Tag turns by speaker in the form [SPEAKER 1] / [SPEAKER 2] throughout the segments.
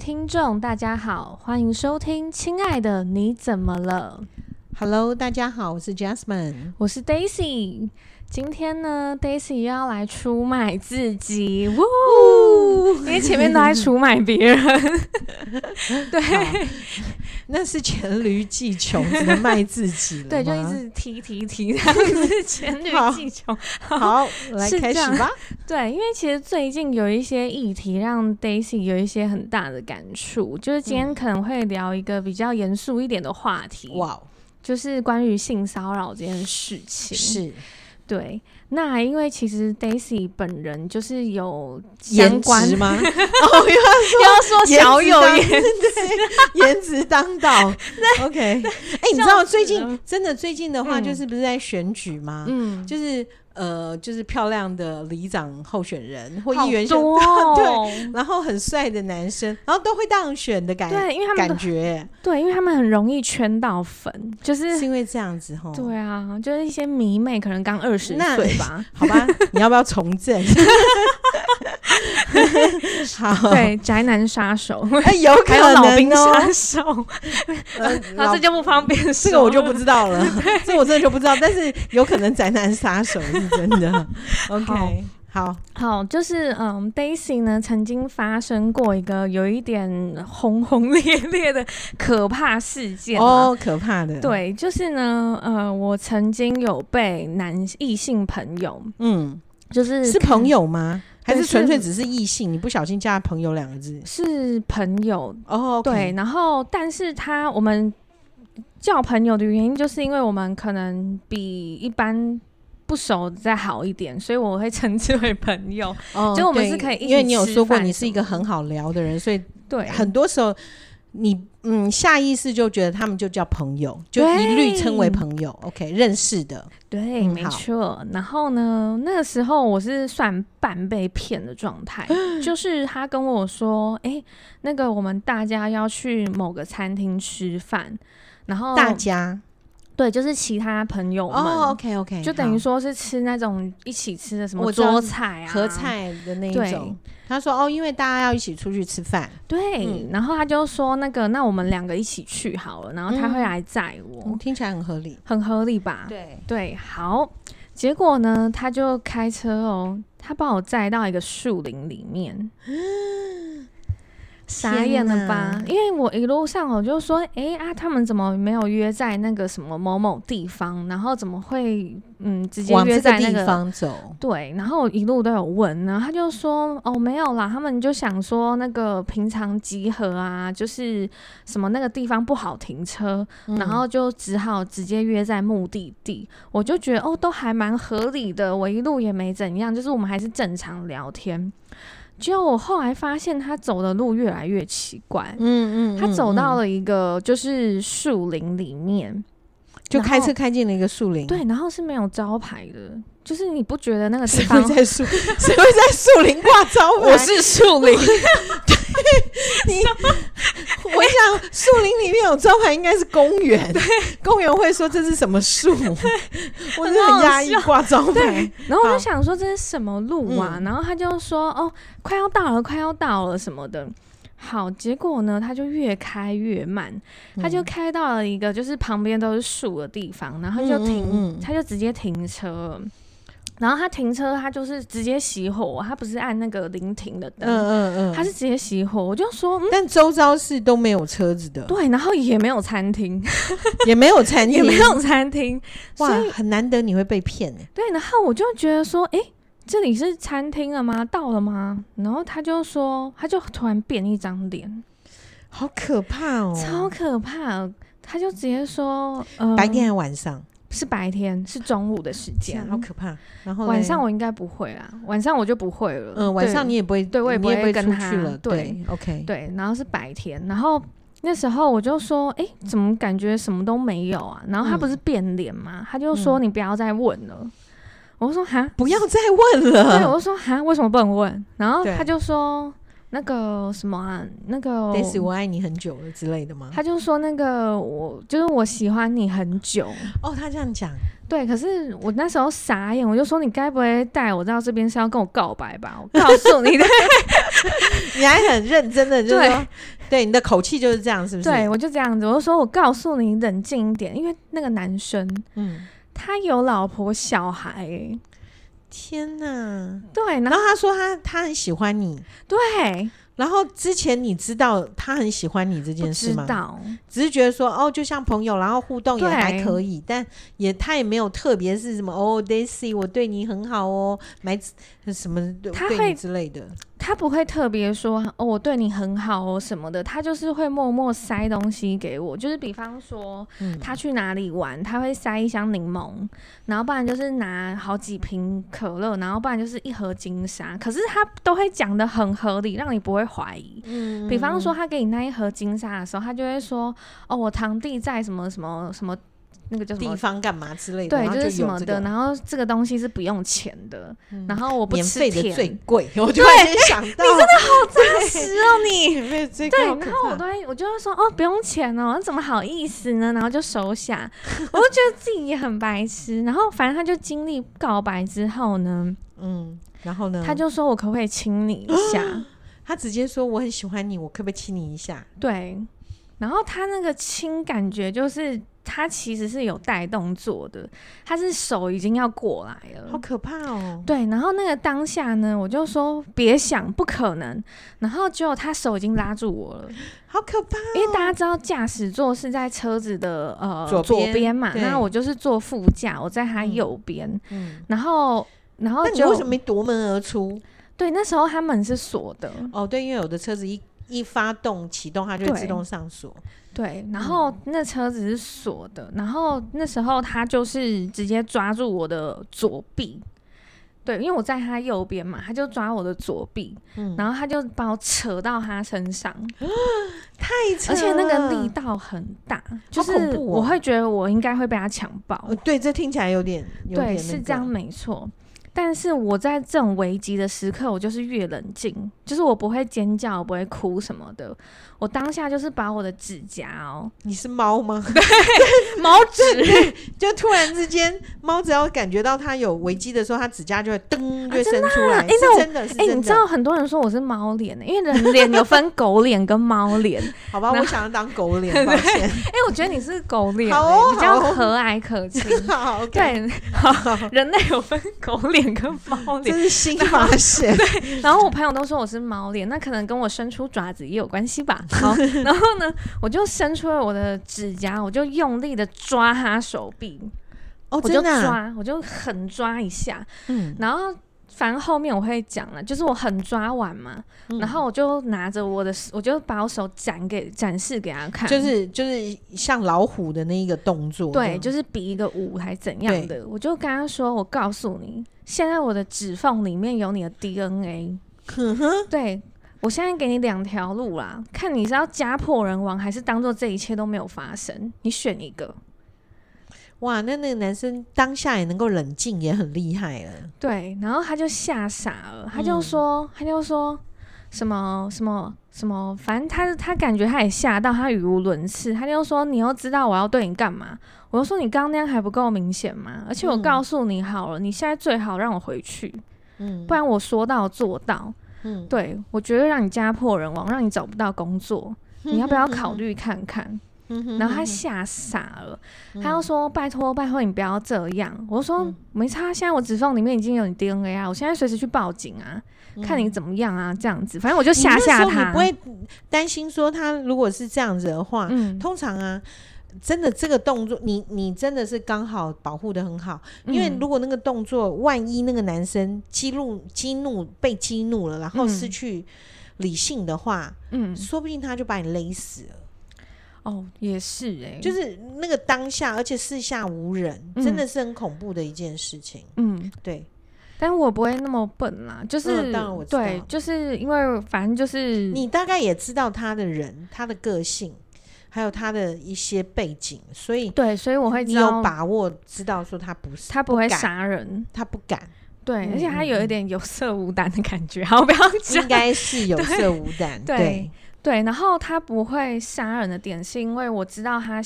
[SPEAKER 1] 听众，大家好，欢迎收听《亲爱的你怎么了》，
[SPEAKER 2] Hello，大家好，我是 Jasmine。
[SPEAKER 1] 我是 Daisy。今天呢，Daisy 又要来出卖自己，呜！因为前面都在出卖别 人，对
[SPEAKER 2] 那是黔驴技穷，只能卖自己 了。
[SPEAKER 1] 对，就一。直提提提，这样子 黔驴
[SPEAKER 2] 好
[SPEAKER 1] 技穷。
[SPEAKER 2] 好，来
[SPEAKER 1] 是
[SPEAKER 2] 开
[SPEAKER 1] 这
[SPEAKER 2] 始
[SPEAKER 1] 样
[SPEAKER 2] 吧。
[SPEAKER 1] 对，因为其实最近有一些议题让 Daisy 有一些很大的感触，就是今
[SPEAKER 2] 嗯
[SPEAKER 1] 天可能会聊一个比较严肃一点的话题，
[SPEAKER 2] 哇哦，
[SPEAKER 1] 就是关于性骚扰这件事情。，
[SPEAKER 2] 是
[SPEAKER 1] 对。那因为其实 Daisy 本人就是有相
[SPEAKER 2] 颜
[SPEAKER 1] 关，
[SPEAKER 2] 值吗？
[SPEAKER 1] 要说小有
[SPEAKER 2] 颜
[SPEAKER 1] 颜
[SPEAKER 2] 值当对，颜值当道。OK，哎，你知
[SPEAKER 1] 笑
[SPEAKER 2] 道
[SPEAKER 1] 死
[SPEAKER 2] 最
[SPEAKER 1] 了
[SPEAKER 2] 近真的最近的话，
[SPEAKER 1] 嗯
[SPEAKER 2] 就是不是在选举吗？
[SPEAKER 1] 嗯，
[SPEAKER 2] 就是呃，就是漂亮的里长候选人或
[SPEAKER 1] 好
[SPEAKER 2] 议员选，，
[SPEAKER 1] 多、哦
[SPEAKER 2] 然后很帅的男生，然后都会当选的感
[SPEAKER 1] 对，因为他们
[SPEAKER 2] 感
[SPEAKER 1] 都
[SPEAKER 2] 觉，
[SPEAKER 1] 对，因为他们很容易圈到粉，就是
[SPEAKER 2] 是因为这样子哈。
[SPEAKER 1] 对啊，就是一些迷妹，可能刚二十
[SPEAKER 2] 那
[SPEAKER 1] 岁吧，
[SPEAKER 2] 好吧，你要不要从政？ 好，
[SPEAKER 1] 对，宅男杀 手。
[SPEAKER 2] 哎，有可
[SPEAKER 1] 还有老兵
[SPEAKER 2] 能哦
[SPEAKER 1] 杀。手，
[SPEAKER 2] 呃
[SPEAKER 1] 那
[SPEAKER 2] 老
[SPEAKER 1] 这就不方便说。
[SPEAKER 2] 这个我就不知道了， 这我真的就不知道。但是有可能宅男杀手是真 的。OK，好，
[SPEAKER 1] 好，就是嗯，Daisy 呢曾经发生过一个有一点轰轰烈烈的可怕事件、啊。
[SPEAKER 2] 哦，可怕的，，
[SPEAKER 1] 对，就是呢，呃，我曾经有被男异性朋友，
[SPEAKER 2] 嗯，
[SPEAKER 1] 就是
[SPEAKER 2] 是朋友吗？还
[SPEAKER 1] 对
[SPEAKER 2] 是
[SPEAKER 1] 是
[SPEAKER 2] 纯粹只是异性？你不小心加了“朋友”两个字？
[SPEAKER 1] 是朋友，
[SPEAKER 2] 哦，
[SPEAKER 1] 对，，然后但是他我们叫朋友的原因，就是因为我们可能比一般不熟再好一点，所以我会称之为朋友。
[SPEAKER 2] 哦，
[SPEAKER 1] 就我们
[SPEAKER 2] 对
[SPEAKER 1] 是可以一起
[SPEAKER 2] 因为你有
[SPEAKER 1] 吃
[SPEAKER 2] 说过
[SPEAKER 1] 饭
[SPEAKER 2] 你
[SPEAKER 1] 什
[SPEAKER 2] 是一
[SPEAKER 1] 么
[SPEAKER 2] 个
[SPEAKER 1] 的
[SPEAKER 2] 很好聊的人，所以
[SPEAKER 1] 对，
[SPEAKER 2] 很多时候你嗯下意识就觉得他们就叫朋友，就
[SPEAKER 1] 对
[SPEAKER 2] 一律称为朋友。OK，认识的，
[SPEAKER 1] 对，
[SPEAKER 2] 嗯
[SPEAKER 1] 没
[SPEAKER 2] 好
[SPEAKER 1] 错。然后呢，那个时候我是算半被骗的状 态，就是他跟我说：“哎、那个我们大家要去某个餐厅吃饭，然后
[SPEAKER 2] 大家
[SPEAKER 1] 对，就是其他朋友哦们，
[SPEAKER 2] 哦，OK OK，
[SPEAKER 1] 就等于说是吃那种一起吃的什么
[SPEAKER 2] 我知道
[SPEAKER 1] 桌菜啊、
[SPEAKER 2] 合。菜的那一
[SPEAKER 1] 对
[SPEAKER 2] 种。他说哦，因为大家要一起出去吃饭，
[SPEAKER 1] 对，
[SPEAKER 2] 嗯
[SPEAKER 1] 然后他就说：那个，那我们两个一起去好了，然后他会
[SPEAKER 2] 嗯
[SPEAKER 1] 来载我，
[SPEAKER 2] 嗯听起来很合理。
[SPEAKER 1] 很合理吧？
[SPEAKER 2] 对，
[SPEAKER 1] 哦对，好。结果呢，他就开车哦，他把我载到一个树林里 面，傻眼了吧？因为我一路上我就说，诶啊，他们怎么没有约在那个什么某某地方？然后怎么会嗯直接
[SPEAKER 2] 往
[SPEAKER 1] 约
[SPEAKER 2] 这
[SPEAKER 1] 在那
[SPEAKER 2] 地方走，
[SPEAKER 1] 对，然后我一路都有问，然后他就说哦没有啦，他们就想说那个平常集合啊，就是什么那个地方不好停车，嗯然
[SPEAKER 2] 嗯
[SPEAKER 1] 后就只好直接约在目的地。我就觉得哦都还蛮合理的，我一路也没怎样，就是我们还是正常聊天。结果我后来发现他走的路越来越奇怪，
[SPEAKER 2] 嗯嗯，
[SPEAKER 1] 他走到
[SPEAKER 2] 了，
[SPEAKER 1] 了一个就是树林里面，
[SPEAKER 2] 就
[SPEAKER 1] 然
[SPEAKER 2] 开
[SPEAKER 1] 后
[SPEAKER 2] 车开进了一个树林。
[SPEAKER 1] 对，然后是没有招牌的，就是你不觉得那个地
[SPEAKER 2] 谁
[SPEAKER 1] 方
[SPEAKER 2] 会在 树？谁会在树林挂招牌？
[SPEAKER 1] 是树林，
[SPEAKER 2] 我想树林里面有招牌，应该是公园。公园会说这是什么树？ 我真的很压抑
[SPEAKER 1] 很好
[SPEAKER 2] 挂招 牌。
[SPEAKER 1] 然后我就
[SPEAKER 2] 好
[SPEAKER 1] 想说这是什么路啊？
[SPEAKER 2] 嗯
[SPEAKER 1] 然后他就说哦，快要到了，快要到了什么的。好，结果呢，他就越开越慢，
[SPEAKER 2] 嗯
[SPEAKER 1] 他就开到了一个就是旁边都是树的地方，然后他就停，
[SPEAKER 2] 嗯嗯嗯
[SPEAKER 1] 他就直接停车了。然后他停车，他就是直接熄火，他不是按那个临停的灯，
[SPEAKER 2] 嗯嗯嗯，
[SPEAKER 1] 他是直接熄火。我就说，嗯，
[SPEAKER 2] 但周遭是都没有车子的，
[SPEAKER 1] 对，然后也没有餐厅，
[SPEAKER 2] 也没有餐厅，
[SPEAKER 1] 也没有餐厅，
[SPEAKER 2] 哇
[SPEAKER 1] 所以，
[SPEAKER 2] 很难得你会被骗哎。
[SPEAKER 1] 对，然后我就觉得说，诶，这里是餐厅了吗？到了吗？然后他就说，他就突然变一张脸，
[SPEAKER 2] 好可怕哦！
[SPEAKER 1] 超可怕。他就直接说，呃，
[SPEAKER 2] 白天还晚上，
[SPEAKER 1] 是白天，是中午的时间
[SPEAKER 2] 天，。啊好可怕。然后嘞
[SPEAKER 1] 啊晚上，我应该不会啦，晚上我就不会了。
[SPEAKER 2] 嗯，晚
[SPEAKER 1] 对
[SPEAKER 2] 上你也不会，
[SPEAKER 1] 对我也
[SPEAKER 2] 你
[SPEAKER 1] 不
[SPEAKER 2] 也
[SPEAKER 1] 会
[SPEAKER 2] 不会
[SPEAKER 1] 跟
[SPEAKER 2] 出
[SPEAKER 1] 他
[SPEAKER 2] 去了。
[SPEAKER 1] 对
[SPEAKER 2] 对，OK，
[SPEAKER 1] 对，然后是白天，然后那时候我就说，诶，怎么感觉什么都没有啊？然后
[SPEAKER 2] 嗯
[SPEAKER 1] 他不是变脸嘛，他就说、你不要再问了。我说哈，
[SPEAKER 2] 不要再问
[SPEAKER 1] 对，我
[SPEAKER 2] 了。
[SPEAKER 1] 就说哈，为什么不能问？然后
[SPEAKER 2] 嗯对
[SPEAKER 1] 他就说那个什么啊，那个
[SPEAKER 2] Daisy，我爱你很久了之类的吗？
[SPEAKER 1] 他就说那个我就是我喜欢你很久，
[SPEAKER 2] 哦，他这样讲，
[SPEAKER 1] 对，可是我那时候傻眼，我就说你该不会带我到这边是要跟我告白吧？我告诉你 的，
[SPEAKER 2] 你还很认真的，就是
[SPEAKER 1] 对
[SPEAKER 2] 说，对，你的口气就是这样，是不是？
[SPEAKER 1] 对，我就这样子，我就说我告诉你冷静一点，因为那个男生
[SPEAKER 2] 嗯，
[SPEAKER 1] 他有老婆小孩、欸，
[SPEAKER 2] 天哪！
[SPEAKER 1] 对，然
[SPEAKER 2] 然
[SPEAKER 1] 后
[SPEAKER 2] 后他说他他很喜欢你，
[SPEAKER 1] 对，
[SPEAKER 2] 然后之前你知道他很喜欢你这
[SPEAKER 1] 不
[SPEAKER 2] 件事
[SPEAKER 1] 知
[SPEAKER 2] 吗？
[SPEAKER 1] 道，
[SPEAKER 2] 只是觉得说哦，就像朋友，然后互动也
[SPEAKER 1] 对
[SPEAKER 2] 还可以，但也他也没有特别是什么哦，Daisy，我对你很好哦，买什么对
[SPEAKER 1] 他
[SPEAKER 2] 对你
[SPEAKER 1] 会
[SPEAKER 2] 之类的，
[SPEAKER 1] 他不会特别说哦，我对你很好哦什么的，他就是会默默塞东西给我，就是比方说
[SPEAKER 2] 嗯，
[SPEAKER 1] 他去哪里玩，他会塞一箱柠檬，然后不然就是拿好几瓶可乐，然后不然就是一盒金沙，可是他都会讲的很合理，让你不会怀疑。
[SPEAKER 2] 嗯
[SPEAKER 1] 比方说，他给你那一盒金沙的时候，他就会说：“哦，我堂弟在什么什么什么那个叫什
[SPEAKER 2] 地
[SPEAKER 1] 么
[SPEAKER 2] 方干嘛之类的，
[SPEAKER 1] 对，
[SPEAKER 2] 然后
[SPEAKER 1] 就是什
[SPEAKER 2] 有
[SPEAKER 1] 么
[SPEAKER 2] 这
[SPEAKER 1] 的，
[SPEAKER 2] 个嗯
[SPEAKER 1] 然后这个东西是不用钱的，然后我不
[SPEAKER 2] 免
[SPEAKER 1] 吃
[SPEAKER 2] 费的
[SPEAKER 1] 甜，
[SPEAKER 2] 最贵，我突然间想到，你真的
[SPEAKER 1] 真实哦你。”
[SPEAKER 2] 免费最贵，
[SPEAKER 1] 对
[SPEAKER 2] 好，可
[SPEAKER 1] 然后我
[SPEAKER 2] 怕
[SPEAKER 1] 都会，我就会说哦，不用钱哦，那怎么好意思呢？然后就收 下，我就觉得自己也很白痴。然后反正他就经历告白之后呢，
[SPEAKER 2] 嗯，然后呢，
[SPEAKER 1] 他就说我可不可以亲你一下？
[SPEAKER 2] 他直接说我很喜欢你，我可不可以亲你一下？
[SPEAKER 1] 对，然后他那个亲感觉就是他其实是有带动作的，他是手已经要过来
[SPEAKER 2] 好
[SPEAKER 1] 了。
[SPEAKER 2] 可怕哦！
[SPEAKER 1] 对，然后那个当下呢，我就说别想，不可能。然后结果他手已经拉住我了，
[SPEAKER 2] 好可怕哦！
[SPEAKER 1] 因为大家知道驾驶座是在车子的呃
[SPEAKER 2] 左边
[SPEAKER 1] 边嘛，
[SPEAKER 2] 对
[SPEAKER 1] 那我就是坐副驾，我在他右边，
[SPEAKER 2] 嗯，
[SPEAKER 1] 然后然后
[SPEAKER 2] 那你
[SPEAKER 1] 就
[SPEAKER 2] 为什么没夺门而出？
[SPEAKER 1] 对那时候他门是锁的，
[SPEAKER 2] 哦，对，因为有的车子一一发动启动，它就会
[SPEAKER 1] 对
[SPEAKER 2] 自动上锁。
[SPEAKER 1] 对，
[SPEAKER 2] 嗯
[SPEAKER 1] 然后那车子是锁的，然后那时候他就是直接抓住我的左臂，对，因为我在他右边嘛，他就抓我的左臂，
[SPEAKER 2] 嗯
[SPEAKER 1] 然后他就把我扯到他身上，
[SPEAKER 2] 太
[SPEAKER 1] 而
[SPEAKER 2] 扯了，
[SPEAKER 1] 且那个力道很大，就
[SPEAKER 2] 好恐
[SPEAKER 1] 是
[SPEAKER 2] 怖哦
[SPEAKER 1] 我会觉得我应该会被他强暴，
[SPEAKER 2] 哦，对，这听起来有点，有点
[SPEAKER 1] 对，
[SPEAKER 2] 那
[SPEAKER 1] 是
[SPEAKER 2] 个
[SPEAKER 1] 这样。没错。但是我在这种危急的时刻，我就是越冷静，就是我不会尖叫，我不会哭什么的。我当下就是把我的指甲 哦，
[SPEAKER 2] 你是猫吗？
[SPEAKER 1] 毛指，
[SPEAKER 2] 就突然之间，猫只要感觉到它有危机的时候，它指甲就会噔就会伸出来，
[SPEAKER 1] 哎
[SPEAKER 2] 是
[SPEAKER 1] 那我
[SPEAKER 2] 真的，是
[SPEAKER 1] 哎、你
[SPEAKER 2] 真
[SPEAKER 1] 知
[SPEAKER 2] 的。
[SPEAKER 1] 道很多人说我是猫脸、欸的，因为人脸有分狗脸跟猫脸。 哎、
[SPEAKER 2] 好吧，
[SPEAKER 1] 然
[SPEAKER 2] 我
[SPEAKER 1] 后
[SPEAKER 2] 想要当狗脸，抱歉。
[SPEAKER 1] 我觉得你是狗脸、
[SPEAKER 2] 好哦
[SPEAKER 1] 欸，比较
[SPEAKER 2] 好哦
[SPEAKER 1] 和蔼可亲。
[SPEAKER 2] 好 ，OK，
[SPEAKER 1] 对，人类有分狗脸跟猫
[SPEAKER 2] 这
[SPEAKER 1] 脸，
[SPEAKER 2] 是新发现。
[SPEAKER 1] 然后我朋友都说我是猫脸，那可能跟我伸出爪子也有关系吧。好， 然后呢，我就伸出了我的指甲，我就用力的抓他手臂，
[SPEAKER 2] 哦，
[SPEAKER 1] 我就
[SPEAKER 2] 真的啊，
[SPEAKER 1] 抓，我就狠抓一下，
[SPEAKER 2] 嗯，
[SPEAKER 1] 然后。反正后面我会讲了，就是我狠抓完嘛，
[SPEAKER 2] 嗯
[SPEAKER 1] 然后我就拿着我的，我就把我手展给展示给他看，
[SPEAKER 2] 就是就是像老虎的那一个动作，
[SPEAKER 1] 对，就是比一个舞还怎样的，我就跟他说，我告诉你，现在我的指缝里面有你的 DNA，
[SPEAKER 2] 嗯哼哼，
[SPEAKER 1] 对我现在给你两条路啦，看你是要家破人亡，还是当做这一切都没有发生，你选一个。
[SPEAKER 2] 哇，那那个男生当下也能够冷静，也很厉害了。
[SPEAKER 1] 对，然后他就吓傻了，他
[SPEAKER 2] 嗯
[SPEAKER 1] 就说，他就说什么什么什么，反正他他感觉他也吓到，他语无伦次，他就说你又知道我要对你干嘛？我就说你刚刚那样还不够明显吗？而且我
[SPEAKER 2] 嗯
[SPEAKER 1] 告诉你好了，你现在最好让我回去，
[SPEAKER 2] 嗯
[SPEAKER 1] 不然我说到做到，
[SPEAKER 2] 嗯，
[SPEAKER 1] 对我绝对让你家破人亡，让你找不到工作，你要不要考
[SPEAKER 2] 虑？
[SPEAKER 1] 虑看看？
[SPEAKER 2] 嗯哼
[SPEAKER 1] 然后他
[SPEAKER 2] 哼
[SPEAKER 1] 吓傻了，
[SPEAKER 2] 哼
[SPEAKER 1] 他就说：“拜托，拜托，你不要这样。”我就说：“
[SPEAKER 2] 嗯
[SPEAKER 1] 没差，现在我指缝里面已经有你 DNA 啊，我现在随时去报警啊，看你怎么样啊，这样子。”反正我就
[SPEAKER 2] 就
[SPEAKER 1] 吓吓
[SPEAKER 2] 你
[SPEAKER 1] 他。
[SPEAKER 2] 不会担心说他如果是这样子的话，
[SPEAKER 1] 嗯，
[SPEAKER 2] 通常啊，真的这个动作，你你真的是刚好保护的很好，因为
[SPEAKER 1] 嗯
[SPEAKER 2] 如果那个动作，万一那个男生激怒激怒被激怒了，然后失
[SPEAKER 1] 嗯
[SPEAKER 2] 去理性的话，
[SPEAKER 1] 嗯
[SPEAKER 2] 说不定他就把你勒死了。
[SPEAKER 1] 哦，也是哎、
[SPEAKER 2] 就是是那个当下，而且四下无人，
[SPEAKER 1] 嗯
[SPEAKER 2] 真的是很恐怖的一件事情。
[SPEAKER 1] 嗯，
[SPEAKER 2] 对，
[SPEAKER 1] 但我不会那么笨啦，就是、
[SPEAKER 2] 嗯当然我知道
[SPEAKER 1] 对，就是因为反正就是
[SPEAKER 2] 你大概也知道他的人、他的个性，还有他的一些背景，所以
[SPEAKER 1] 对，所以我会
[SPEAKER 2] 你
[SPEAKER 1] 知
[SPEAKER 2] 有
[SPEAKER 1] 道
[SPEAKER 2] 把握知道说他不是，
[SPEAKER 1] 他不会
[SPEAKER 2] 敢
[SPEAKER 1] 杀人，
[SPEAKER 2] 他不 敢，
[SPEAKER 1] 对，
[SPEAKER 2] 嗯
[SPEAKER 1] 而且他
[SPEAKER 2] 嗯
[SPEAKER 1] 有一点有色无胆的感觉。好，不要讲
[SPEAKER 2] 应。该是有色无胆。
[SPEAKER 1] 对
[SPEAKER 2] 对，
[SPEAKER 1] 对，然后他不会杀人的点是因为我知道他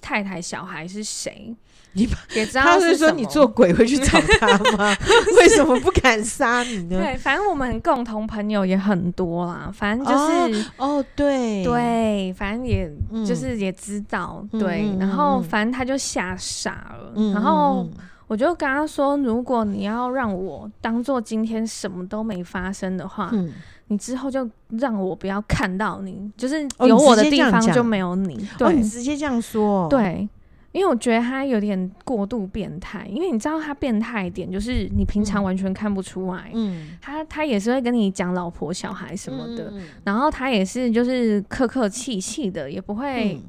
[SPEAKER 1] 太太、小孩是谁，
[SPEAKER 2] 你
[SPEAKER 1] 也知道
[SPEAKER 2] 他是
[SPEAKER 1] 是
[SPEAKER 2] 说
[SPEAKER 1] 什
[SPEAKER 2] 你
[SPEAKER 1] 么
[SPEAKER 2] 做鬼会去找他 吗？为什么不敢杀你呢？
[SPEAKER 1] 对，反正我们共同朋友也很多啦，反正就是、
[SPEAKER 2] 哦，对，
[SPEAKER 1] 对，反正也、
[SPEAKER 2] 嗯
[SPEAKER 1] 就是也知道，
[SPEAKER 2] 嗯
[SPEAKER 1] 对，
[SPEAKER 2] 嗯嗯
[SPEAKER 1] 然后
[SPEAKER 2] 嗯
[SPEAKER 1] 反正他就吓傻了，
[SPEAKER 2] 嗯，嗯
[SPEAKER 1] 然后
[SPEAKER 2] 嗯
[SPEAKER 1] 我就跟他说，如果你要让我当做今天什么都没发生的话，
[SPEAKER 2] 嗯
[SPEAKER 1] 你之后就让我不要看到你，就是
[SPEAKER 2] 哦
[SPEAKER 1] 有
[SPEAKER 2] 你
[SPEAKER 1] 我
[SPEAKER 2] 直
[SPEAKER 1] 的
[SPEAKER 2] 接
[SPEAKER 1] 地
[SPEAKER 2] 这样
[SPEAKER 1] 方
[SPEAKER 2] 讲
[SPEAKER 1] 就没有你，对、
[SPEAKER 2] 哦，你直接这样说，，
[SPEAKER 1] 对。因为我觉得他有点过度变态，因为你知道他变态一点，就是你平常
[SPEAKER 2] 嗯
[SPEAKER 1] 完全看不出来，
[SPEAKER 2] 嗯，
[SPEAKER 1] 他他也是会跟你讲老婆小孩什么的，
[SPEAKER 2] 嗯，嗯
[SPEAKER 1] 然后他也是就是客客气气的，也不会
[SPEAKER 2] 嗯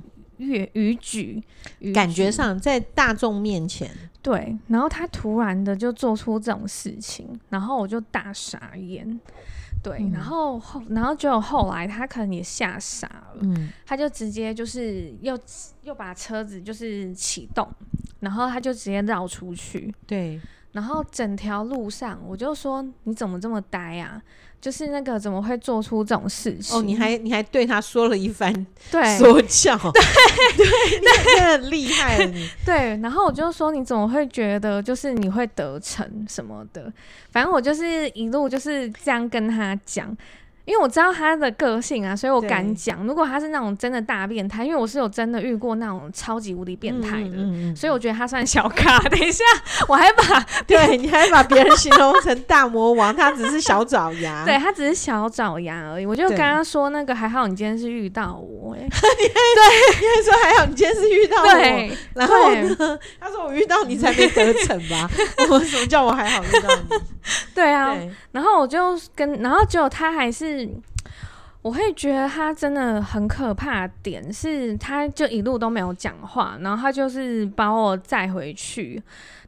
[SPEAKER 1] 越逾矩，逾
[SPEAKER 2] 感
[SPEAKER 1] 矩
[SPEAKER 2] 觉上在大众面前，
[SPEAKER 1] 对。然后他突然的就做出这种事情，然后我就大傻眼。对，
[SPEAKER 2] 嗯
[SPEAKER 1] 然后后，然后就后来他可能也吓傻了，
[SPEAKER 2] 嗯
[SPEAKER 1] 他就直接就是又又把车子就是启动，然后他就直接绕出去，
[SPEAKER 2] 对，
[SPEAKER 1] 然后整条路上，我就说你怎么这么呆啊？就是那个怎么会做出这种事情？
[SPEAKER 2] 哦，你还你还对他说了一番
[SPEAKER 1] 对
[SPEAKER 2] 说教，对对，你真的很厉害了，你，
[SPEAKER 1] 对，然后我就说你怎么会觉得就是你会得逞什么的？反正我就是一路就是这样跟他讲。因为我知道他的个性啊，所以我敢
[SPEAKER 2] 对
[SPEAKER 1] 讲。如果他是那种真的大变态，因为我是有真的遇过那种超级无敌 变态的，
[SPEAKER 2] 嗯嗯 嗯
[SPEAKER 1] 所以我觉得他算小咖。 等一下，我还把
[SPEAKER 2] 对，你还把别人形容成大魔王，他只是小爪牙，
[SPEAKER 1] 对，他只是小爪牙而已。我就
[SPEAKER 2] 啊
[SPEAKER 1] 跟
[SPEAKER 2] 对
[SPEAKER 1] 他说，那个还好你今天是遇到我、欸，
[SPEAKER 2] 你还说还好你今天是遇到我，
[SPEAKER 1] 对
[SPEAKER 2] 然后呢，他说我遇到你才没得逞吧， 我什么叫我还好遇到你？
[SPEAKER 1] 对啊。
[SPEAKER 2] 对，
[SPEAKER 1] 然后我就跟，然后结果他还是，我会觉得他真的很可怕的点是，他就一路都没有讲话，然后他就是把我载回去，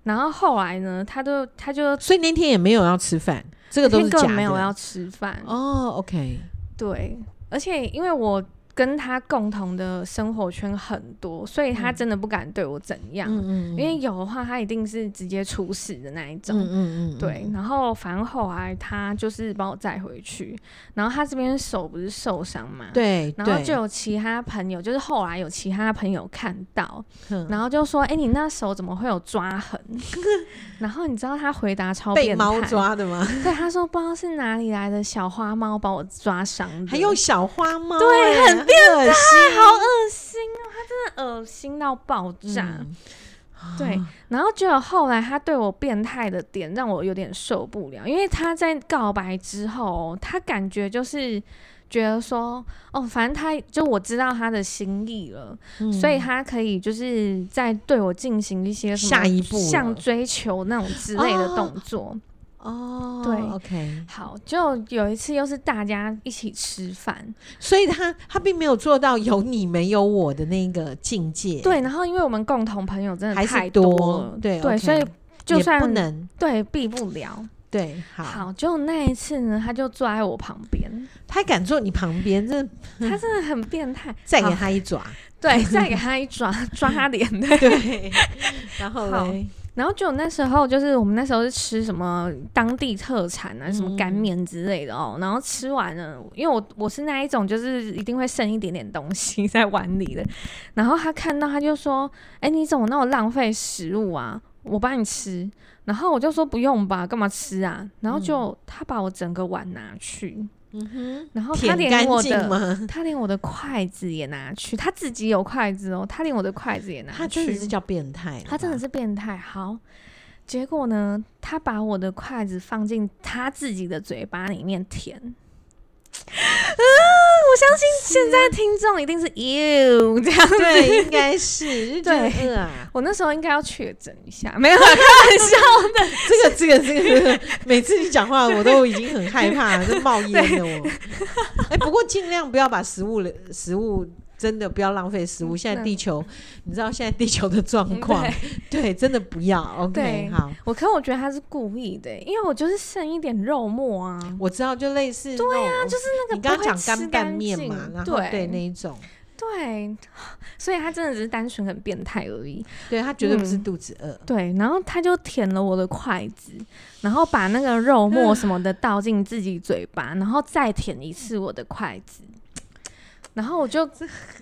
[SPEAKER 1] 然后后来呢，他就他就
[SPEAKER 2] 所以那天也没有要吃饭，这个都是
[SPEAKER 1] 根
[SPEAKER 2] 假的，
[SPEAKER 1] 本没有要吃饭，
[SPEAKER 2] 哦，OK，
[SPEAKER 1] 对，而且因为我。跟他共同的生活圈很多，所以他真的不敢对我怎样。
[SPEAKER 2] 嗯
[SPEAKER 1] 因为有的话，他一定是直接出事的那一种。
[SPEAKER 2] 嗯嗯嗯，
[SPEAKER 1] 对，然后反正后来他就是把我载回去，然后他这边手不是受伤嘛，，
[SPEAKER 2] 对，
[SPEAKER 1] 然后
[SPEAKER 2] 对
[SPEAKER 1] 就有其他朋友，就是后来有其他朋友看到，
[SPEAKER 2] 嗯
[SPEAKER 1] 然后就说：“哎、你那手怎么会有抓痕？” 然后你知道他回答超
[SPEAKER 2] 被
[SPEAKER 1] 哦变态，
[SPEAKER 2] 猫抓的吗？
[SPEAKER 1] 对，他说不知道是哪里来的小花猫把我抓伤的，
[SPEAKER 2] 还有小花猫欸，
[SPEAKER 1] 对很
[SPEAKER 2] 很恶心，
[SPEAKER 1] 啊好恶心哦，他真的恶心到爆炸。
[SPEAKER 2] 嗯
[SPEAKER 1] 对，然后就有后来他对我变态的点让我有点受不了，因为他在告白之后哦，他感觉就是觉得说，哦，反正他就我知道他的心意了，
[SPEAKER 2] 嗯
[SPEAKER 1] 所以他可以就是在对我进行一些什么
[SPEAKER 2] 下一步了
[SPEAKER 1] 像追求那种之类的动作。
[SPEAKER 2] 哦，
[SPEAKER 1] 对
[SPEAKER 2] ，OK，
[SPEAKER 1] 好，就有一次又是大家一起吃饭，
[SPEAKER 2] 所以他他并没有做到有你没有我的那个境界，
[SPEAKER 1] 对，然后因为我们共同朋友真的
[SPEAKER 2] 还是
[SPEAKER 1] 太
[SPEAKER 2] 多
[SPEAKER 1] 了，，
[SPEAKER 2] 对
[SPEAKER 1] 对，
[SPEAKER 2] OK，
[SPEAKER 1] 所以就
[SPEAKER 2] 也
[SPEAKER 1] 算
[SPEAKER 2] 不能
[SPEAKER 1] 对避不了。
[SPEAKER 2] 对好，
[SPEAKER 1] 好，就那一次呢，他就坐在我旁边，
[SPEAKER 2] 他敢坐你旁边，真的
[SPEAKER 1] 他真的很变态，
[SPEAKER 2] 再给
[SPEAKER 1] 好
[SPEAKER 2] 他一爪，
[SPEAKER 1] 对，再给他一抓抓他脸的。
[SPEAKER 2] 对，然后
[SPEAKER 1] 好
[SPEAKER 2] 嘞，
[SPEAKER 1] 然后就那时候就是我们那时候是吃什么当地特产啊，什么干
[SPEAKER 2] 嗯
[SPEAKER 1] 面之类的哦。然后吃完了，因为我我是那一种就是一定会剩一点点东西在碗里的。然后他看到他就说：“哎、你怎么那么浪费食物啊？我帮你吃。”然后我就说：“不用吧，干嘛吃啊？”然后就、他把我整个碗拿去，
[SPEAKER 2] 嗯哼，
[SPEAKER 1] 然后哦他
[SPEAKER 2] 舔干
[SPEAKER 1] 连我
[SPEAKER 2] 净
[SPEAKER 1] 的
[SPEAKER 2] 吗？
[SPEAKER 1] 他连我的筷子也拿去，他自己有筷子哦，他连我的筷子也拿去，
[SPEAKER 2] 他真的是叫变态了吧，
[SPEAKER 1] 他真的是变态。好，结果呢，他把我的筷子放进他自己的嘴巴里面舔。嗯、啊我相信现在听众一定是 you 这样子。
[SPEAKER 2] 对，应该是就觉得
[SPEAKER 1] 对
[SPEAKER 2] 饿啊，
[SPEAKER 1] 我那时候应该要确诊一下，没有啊啦开玩笑。
[SPEAKER 2] 这个这个这个这个，每次你讲话我都已经很害怕了，都冒烟了我。哎，不过尽量不要把食物食物。真的不要浪费食物。
[SPEAKER 1] 嗯
[SPEAKER 2] 现在
[SPEAKER 1] 那
[SPEAKER 2] 地球，你知道现在地球的状况，
[SPEAKER 1] 对
[SPEAKER 2] 对，真的不要。OK，
[SPEAKER 1] 对
[SPEAKER 2] 好，
[SPEAKER 1] 我可我觉得他是故意的，欸因为我就是剩一点肉末啊，
[SPEAKER 2] 我知道，就类似对啊，就是
[SPEAKER 1] 那个
[SPEAKER 2] 你
[SPEAKER 1] 不
[SPEAKER 2] 刚刚
[SPEAKER 1] 会
[SPEAKER 2] 讲
[SPEAKER 1] 吃
[SPEAKER 2] 干拌
[SPEAKER 1] 干
[SPEAKER 2] 面
[SPEAKER 1] 净
[SPEAKER 2] 嘛，然后
[SPEAKER 1] 对
[SPEAKER 2] 对那一种，
[SPEAKER 1] 对， 所以他真的只是单纯很变态而已。
[SPEAKER 2] 对他绝对不是
[SPEAKER 1] 嗯
[SPEAKER 2] 肚子饿，
[SPEAKER 1] 对，然后他就舔了我的筷子，然后把那个肉末什么的倒进自己嘴巴，然后再舔一次我的筷子。然后我就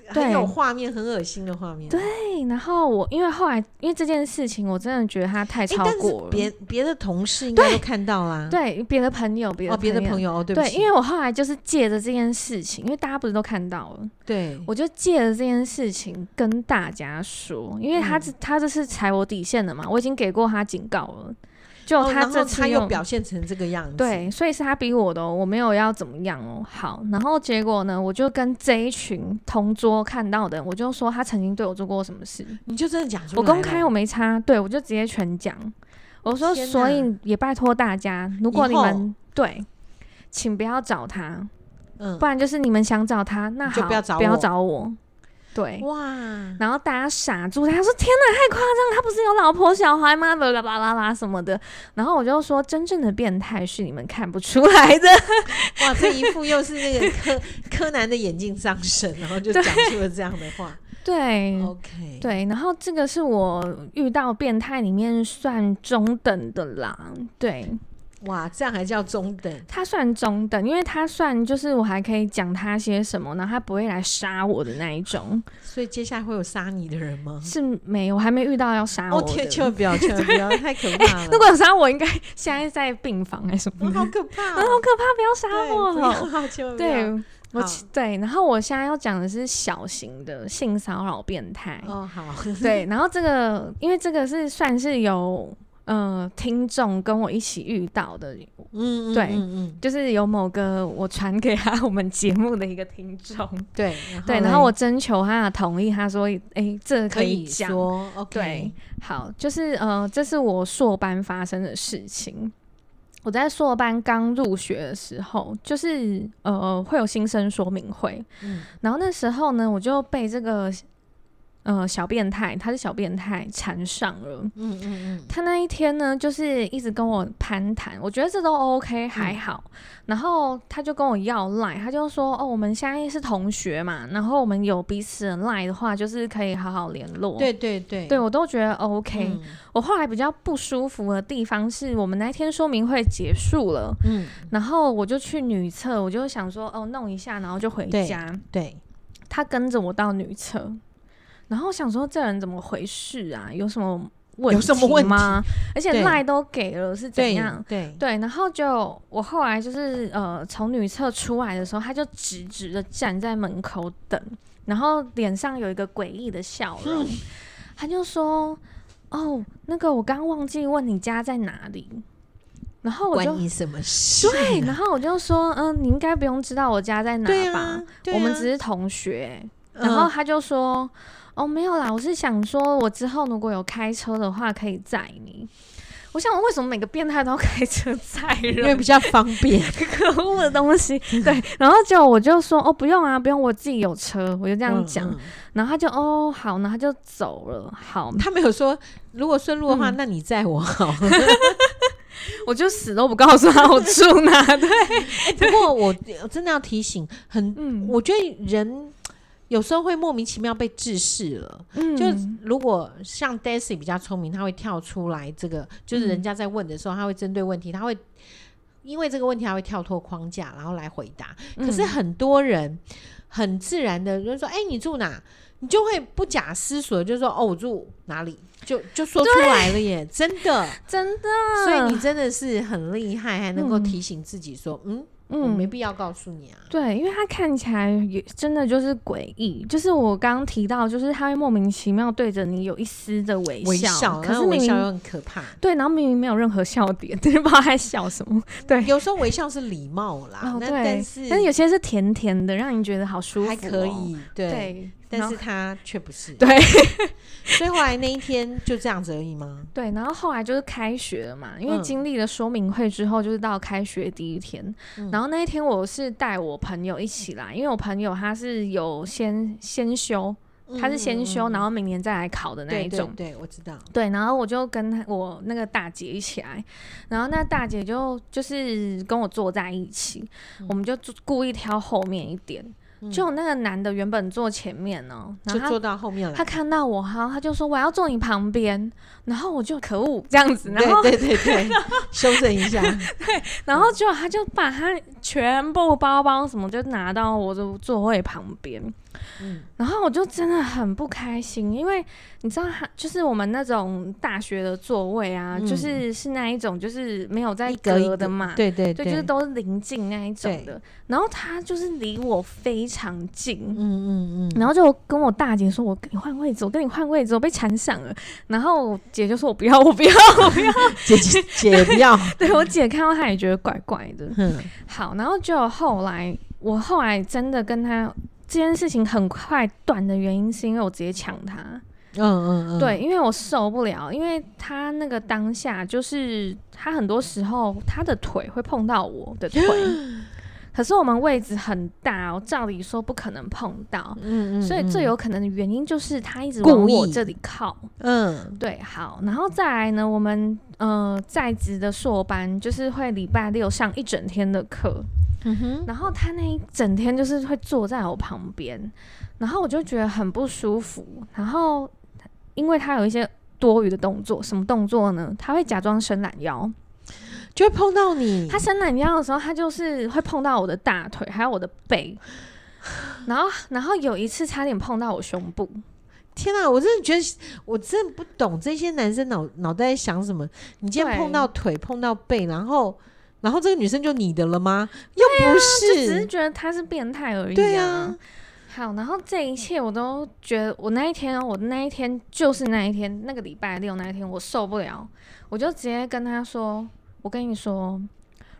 [SPEAKER 2] 很有
[SPEAKER 1] 对
[SPEAKER 2] 画面，很恶心的画面。哎
[SPEAKER 1] 对对，哎然后我因为后来因为这件事情，我真的觉得他太
[SPEAKER 2] 哎，
[SPEAKER 1] 超
[SPEAKER 2] 但是
[SPEAKER 1] 过了。
[SPEAKER 2] 别别的同事应该都看到啦。
[SPEAKER 1] 对别的朋友，别的
[SPEAKER 2] 哦，别的朋
[SPEAKER 1] 友，
[SPEAKER 2] 友哦，对不
[SPEAKER 1] 对，
[SPEAKER 2] 起，
[SPEAKER 1] 因为我后来就是借着这件事情，因为大家不是都看到了，
[SPEAKER 2] 对
[SPEAKER 1] 我就借着这件事情跟大家说，因为他
[SPEAKER 2] 嗯
[SPEAKER 1] 这、他这是踩我底线的嘛，我已经给过他警告了，就
[SPEAKER 2] 哦
[SPEAKER 1] 他
[SPEAKER 2] 然
[SPEAKER 1] 这
[SPEAKER 2] 后
[SPEAKER 1] 次
[SPEAKER 2] 他又表现成这个样子，
[SPEAKER 1] 对，所以是他逼我的、哦，我没有要怎么样哦。好，然后结果呢，我就跟这一群同桌看到的人，我就说他曾经对我做过什么事，
[SPEAKER 2] 你就真的讲出来
[SPEAKER 1] 我
[SPEAKER 2] 了。
[SPEAKER 1] 公开我没差，对我就直接全讲。我说，
[SPEAKER 2] 天
[SPEAKER 1] 所
[SPEAKER 2] 哪
[SPEAKER 1] 以也拜托大家，如果
[SPEAKER 2] 以
[SPEAKER 1] 你
[SPEAKER 2] 后
[SPEAKER 1] 们对，请不要找他，
[SPEAKER 2] 嗯
[SPEAKER 1] 不，然就是你们想找他，那
[SPEAKER 2] 你就
[SPEAKER 1] 好，
[SPEAKER 2] 不要找我
[SPEAKER 1] 我对，
[SPEAKER 2] 哇，
[SPEAKER 1] 然后大家傻住，他说：“天哪，太夸张！他不是有老婆小孩吗？巴拉巴拉啦什么的。”然后我就说：“真正的变态是你们看不出来 的。
[SPEAKER 2] 哇，这一副又是那个柯柯南的眼镜上身，然后就讲出了这样的 话。
[SPEAKER 1] 对
[SPEAKER 2] OK，，
[SPEAKER 1] 对，然后这个是我遇到变态里面算中等的啦。对，
[SPEAKER 2] 哇，这样还叫中等？
[SPEAKER 1] 他算中等，因为他算就是我还可以讲他些什么，然后他不会来杀我的那一种，
[SPEAKER 2] 所以接下来会有杀你的人吗？
[SPEAKER 1] 是没有，我还没遇到要杀我
[SPEAKER 2] 哦
[SPEAKER 1] 的。
[SPEAKER 2] 天，千万不要，千万不要，太可怕了，
[SPEAKER 1] 如果有杀我，应该现在在病房还是什么
[SPEAKER 2] 哇
[SPEAKER 1] 的？
[SPEAKER 2] 好可怕
[SPEAKER 1] 啊，
[SPEAKER 2] 哦，
[SPEAKER 1] 好可怕！不要杀我！
[SPEAKER 2] 对，不要，千万不
[SPEAKER 1] 对
[SPEAKER 2] 要。，
[SPEAKER 1] 我
[SPEAKER 2] 好
[SPEAKER 1] 其对，然后我现在要讲的是小型的性骚扰变态，
[SPEAKER 2] 哦，好，
[SPEAKER 1] 对，然后这个因为这个是算是有呃听众跟我一起遇到的，
[SPEAKER 2] 嗯，嗯
[SPEAKER 1] 对
[SPEAKER 2] 嗯嗯，
[SPEAKER 1] 就是有某个我传给他我们节目的一个听 众，
[SPEAKER 2] 对
[SPEAKER 1] 对，然后我征求他的同意，他说，哎，这个
[SPEAKER 2] 可
[SPEAKER 1] 可以讲，
[SPEAKER 2] 说，OK，
[SPEAKER 1] 对，好，就是呃，这是我硕班发生的事情。我在硕班刚入学的时候，就是呃会有新生说明会，
[SPEAKER 2] 嗯
[SPEAKER 1] 然后那时候呢，我就被这个呃小变态，他是小变态缠上了。
[SPEAKER 2] 嗯嗯
[SPEAKER 1] 他那一天呢，就是一直跟我攀谈，我觉得这都
[SPEAKER 2] 嗯
[SPEAKER 1] OK 还好。然后他就跟我要赖，他就说：“哦，我们现在是同学嘛，然后我们有彼此的赖的话，就是可以好好联络。
[SPEAKER 2] 嗯，对对对
[SPEAKER 1] 对，我都觉得 OK。
[SPEAKER 2] 嗯
[SPEAKER 1] 我后来比较不舒服的地方是我们那天说明会结束了，
[SPEAKER 2] 嗯，
[SPEAKER 1] 然后我就去女厕，我就想说哦弄一下，然后就回
[SPEAKER 2] 对
[SPEAKER 1] 家。
[SPEAKER 2] 对，
[SPEAKER 1] 他跟着我到女厕，然后想说这人怎么回事啊？有什么问
[SPEAKER 2] 有什么问题
[SPEAKER 1] 吗？ 而且
[SPEAKER 2] 对
[SPEAKER 1] 赖都给了是怎
[SPEAKER 2] 对
[SPEAKER 1] 样？
[SPEAKER 2] 对，
[SPEAKER 1] 对，然后就我后来就是呃，从女厕出来的时候，他就直直的站在门口等，然后脸上有一个诡异的笑
[SPEAKER 2] 嗯
[SPEAKER 1] 容，他就说：“哦，那个我刚忘记问你家在哪里。”然后我就
[SPEAKER 2] 关你什么事？啊
[SPEAKER 1] 对，然后我就说：“嗯，你应该不用知道我家在哪
[SPEAKER 2] 对
[SPEAKER 1] 吧？
[SPEAKER 2] 啊，对
[SPEAKER 1] 我们
[SPEAKER 2] 啊
[SPEAKER 1] 只是同学。”
[SPEAKER 2] 嗯
[SPEAKER 1] 然后他就说：“哦，没有啦，我是想说，我之后如果有开车的话，可以载你。”我想，为什么每个变态都要开车载
[SPEAKER 2] 因为
[SPEAKER 1] 人？
[SPEAKER 2] 比较方便，
[SPEAKER 1] 可恶的东西。对，然后结果我就说：“哦，不用啊，不用，我自己有车。”我就 这
[SPEAKER 2] 这
[SPEAKER 1] 样讲。然后他就：“哦，好。”然后他就走了。 好，
[SPEAKER 2] 嗯他没有说，如果顺路的话，
[SPEAKER 1] 嗯
[SPEAKER 2] 那你载我 好。
[SPEAKER 1] 我就死都不告诉他我住哪。对，
[SPEAKER 2] 不过我我真的要提醒，很，
[SPEAKER 1] 嗯，
[SPEAKER 2] 我觉得人有时候会莫名其妙被制式了。
[SPEAKER 1] 嗯
[SPEAKER 2] 就如果像 Daisy 比较聪明，他会跳出来，这个
[SPEAKER 1] 嗯
[SPEAKER 2] 就是人家在问的时候，他会针对问题，他会因为这个问题，他会跳脱框架，然后来回答。可是
[SPEAKER 1] 嗯
[SPEAKER 2] 很多人很自然的就说：“哎、你住哪？”你就会不假思索地就说：“哦，我住哪里？”就就说出来了耶，真的。
[SPEAKER 1] 真的，
[SPEAKER 2] 所以你真的是很厉害，还能够
[SPEAKER 1] 嗯
[SPEAKER 2] 提醒自己说，嗯，我
[SPEAKER 1] 嗯
[SPEAKER 2] 没必要告诉你啊。
[SPEAKER 1] 对，因为他看起来也真的就是诡异，就是我刚刚提到，就是他会莫名其妙对着你有一丝的嗯微笑，
[SPEAKER 2] 微笑，
[SPEAKER 1] 可
[SPEAKER 2] 然
[SPEAKER 1] 是
[SPEAKER 2] 后微
[SPEAKER 1] 明
[SPEAKER 2] 笑
[SPEAKER 1] 明
[SPEAKER 2] 又很可怕。
[SPEAKER 1] 对，然后明明没有任何笑点， 就是不知道他在笑什么。对，
[SPEAKER 2] 有时候微笑是礼貌啦
[SPEAKER 1] 哦，
[SPEAKER 2] 啊那
[SPEAKER 1] 对，
[SPEAKER 2] 但是
[SPEAKER 1] 有些是甜甜的，让你觉得好舒服、哦
[SPEAKER 2] 还可，以，对。
[SPEAKER 1] 对，然
[SPEAKER 2] 但
[SPEAKER 1] 后
[SPEAKER 2] 是他却不是，
[SPEAKER 1] 对
[SPEAKER 2] 所以后来那一天就这样子而已吗？
[SPEAKER 1] 对，然后后来就是开学了嘛，因为
[SPEAKER 2] 嗯
[SPEAKER 1] 经历了说明会之后，就是到开学第一天，
[SPEAKER 2] 嗯
[SPEAKER 1] 然后那一天我是带我朋友一起来，因为我朋友他是有先先修，他是先修，然
[SPEAKER 2] 后
[SPEAKER 1] 后明年再来考的那
[SPEAKER 2] 对
[SPEAKER 1] 一种
[SPEAKER 2] 嗯对。对，我知道，
[SPEAKER 1] 对，然后我就跟他我那个大姐一起来，然后那大
[SPEAKER 2] 嗯
[SPEAKER 1] 姐就就是跟我坐在一起，我们就坐故意挑后面一点。就那个男的原本坐前面哦、然
[SPEAKER 2] 就
[SPEAKER 1] 后他
[SPEAKER 2] 坐到后面
[SPEAKER 1] 他
[SPEAKER 2] 来。
[SPEAKER 1] 看到我，哈，他就说我要坐你旁边，然后我就可恶这样子， 然后
[SPEAKER 2] 对对对对，修正一 下，
[SPEAKER 1] 然后结果他就把他全部包包什么就拿到我的座位旁边，
[SPEAKER 2] 嗯
[SPEAKER 1] 然后我就真的很不开心，因为你知道他就是我们那种大学的座位啊，
[SPEAKER 2] 嗯
[SPEAKER 1] 就是是那一种就是没有在
[SPEAKER 2] 一格一
[SPEAKER 1] 隔的
[SPEAKER 2] 格
[SPEAKER 1] 嘛，
[SPEAKER 2] 对对
[SPEAKER 1] 对，就是都是临近那一种的，然后他就是离我非常近，
[SPEAKER 2] 嗯嗯嗯，
[SPEAKER 1] 然后就跟我大姐说：“我跟你换位置，我跟你换位置，我被缠上了。”然后我姐就说：“我不要，我 不要，我不要。
[SPEAKER 2] 姐姐姐不要，
[SPEAKER 1] 对”我姐看到她也觉得怪怪的。
[SPEAKER 2] 嗯
[SPEAKER 1] 好，然后就后来，我后来真的跟她这件事情很快断的原因，是因为我直接抢她。
[SPEAKER 2] 嗯嗯嗯，
[SPEAKER 1] 对，因为我受不了，因为她那个当下就是她很多时候她的腿会碰到我的 腿，可是我们位置很大哦，照理说不可能碰到。
[SPEAKER 2] 嗯，嗯嗯，
[SPEAKER 1] 所以最有可能的原因就是他一直
[SPEAKER 2] 故
[SPEAKER 1] 往我
[SPEAKER 2] 意
[SPEAKER 1] 这里靠。
[SPEAKER 2] 嗯
[SPEAKER 1] 对，好，然后再来呢，我们呃在职的硕班就是会礼拜六上一整天的课，
[SPEAKER 2] 嗯哼，
[SPEAKER 1] 然后他那一整天就是会坐在我旁边，然后我就觉得很不舒服，然后因为他有一些。多余的动作，什么动作呢？他会假装伸懒腰，
[SPEAKER 2] 就会碰到你，
[SPEAKER 1] 他伸懒腰的时候，他就是会碰到我的大腿，还有我的背，然后然后有一次差点碰到我胸部，
[SPEAKER 2] 天啊哪、我真的觉得，我真的不懂这些男生脑脑袋在想什么。你今天
[SPEAKER 1] 对
[SPEAKER 2] 碰到腿，碰到背，然后，然后这个女生就你的了吗？又不
[SPEAKER 1] 啊就只是
[SPEAKER 2] 是，
[SPEAKER 1] 觉得他是变态而已、
[SPEAKER 2] 对
[SPEAKER 1] 啊
[SPEAKER 2] 啊，，
[SPEAKER 1] 好，然后这一切我都觉得，我那一天哦，我那一天就是那一天，那个礼拜六那一天，我受不了，我就直接跟他说：“我跟你说，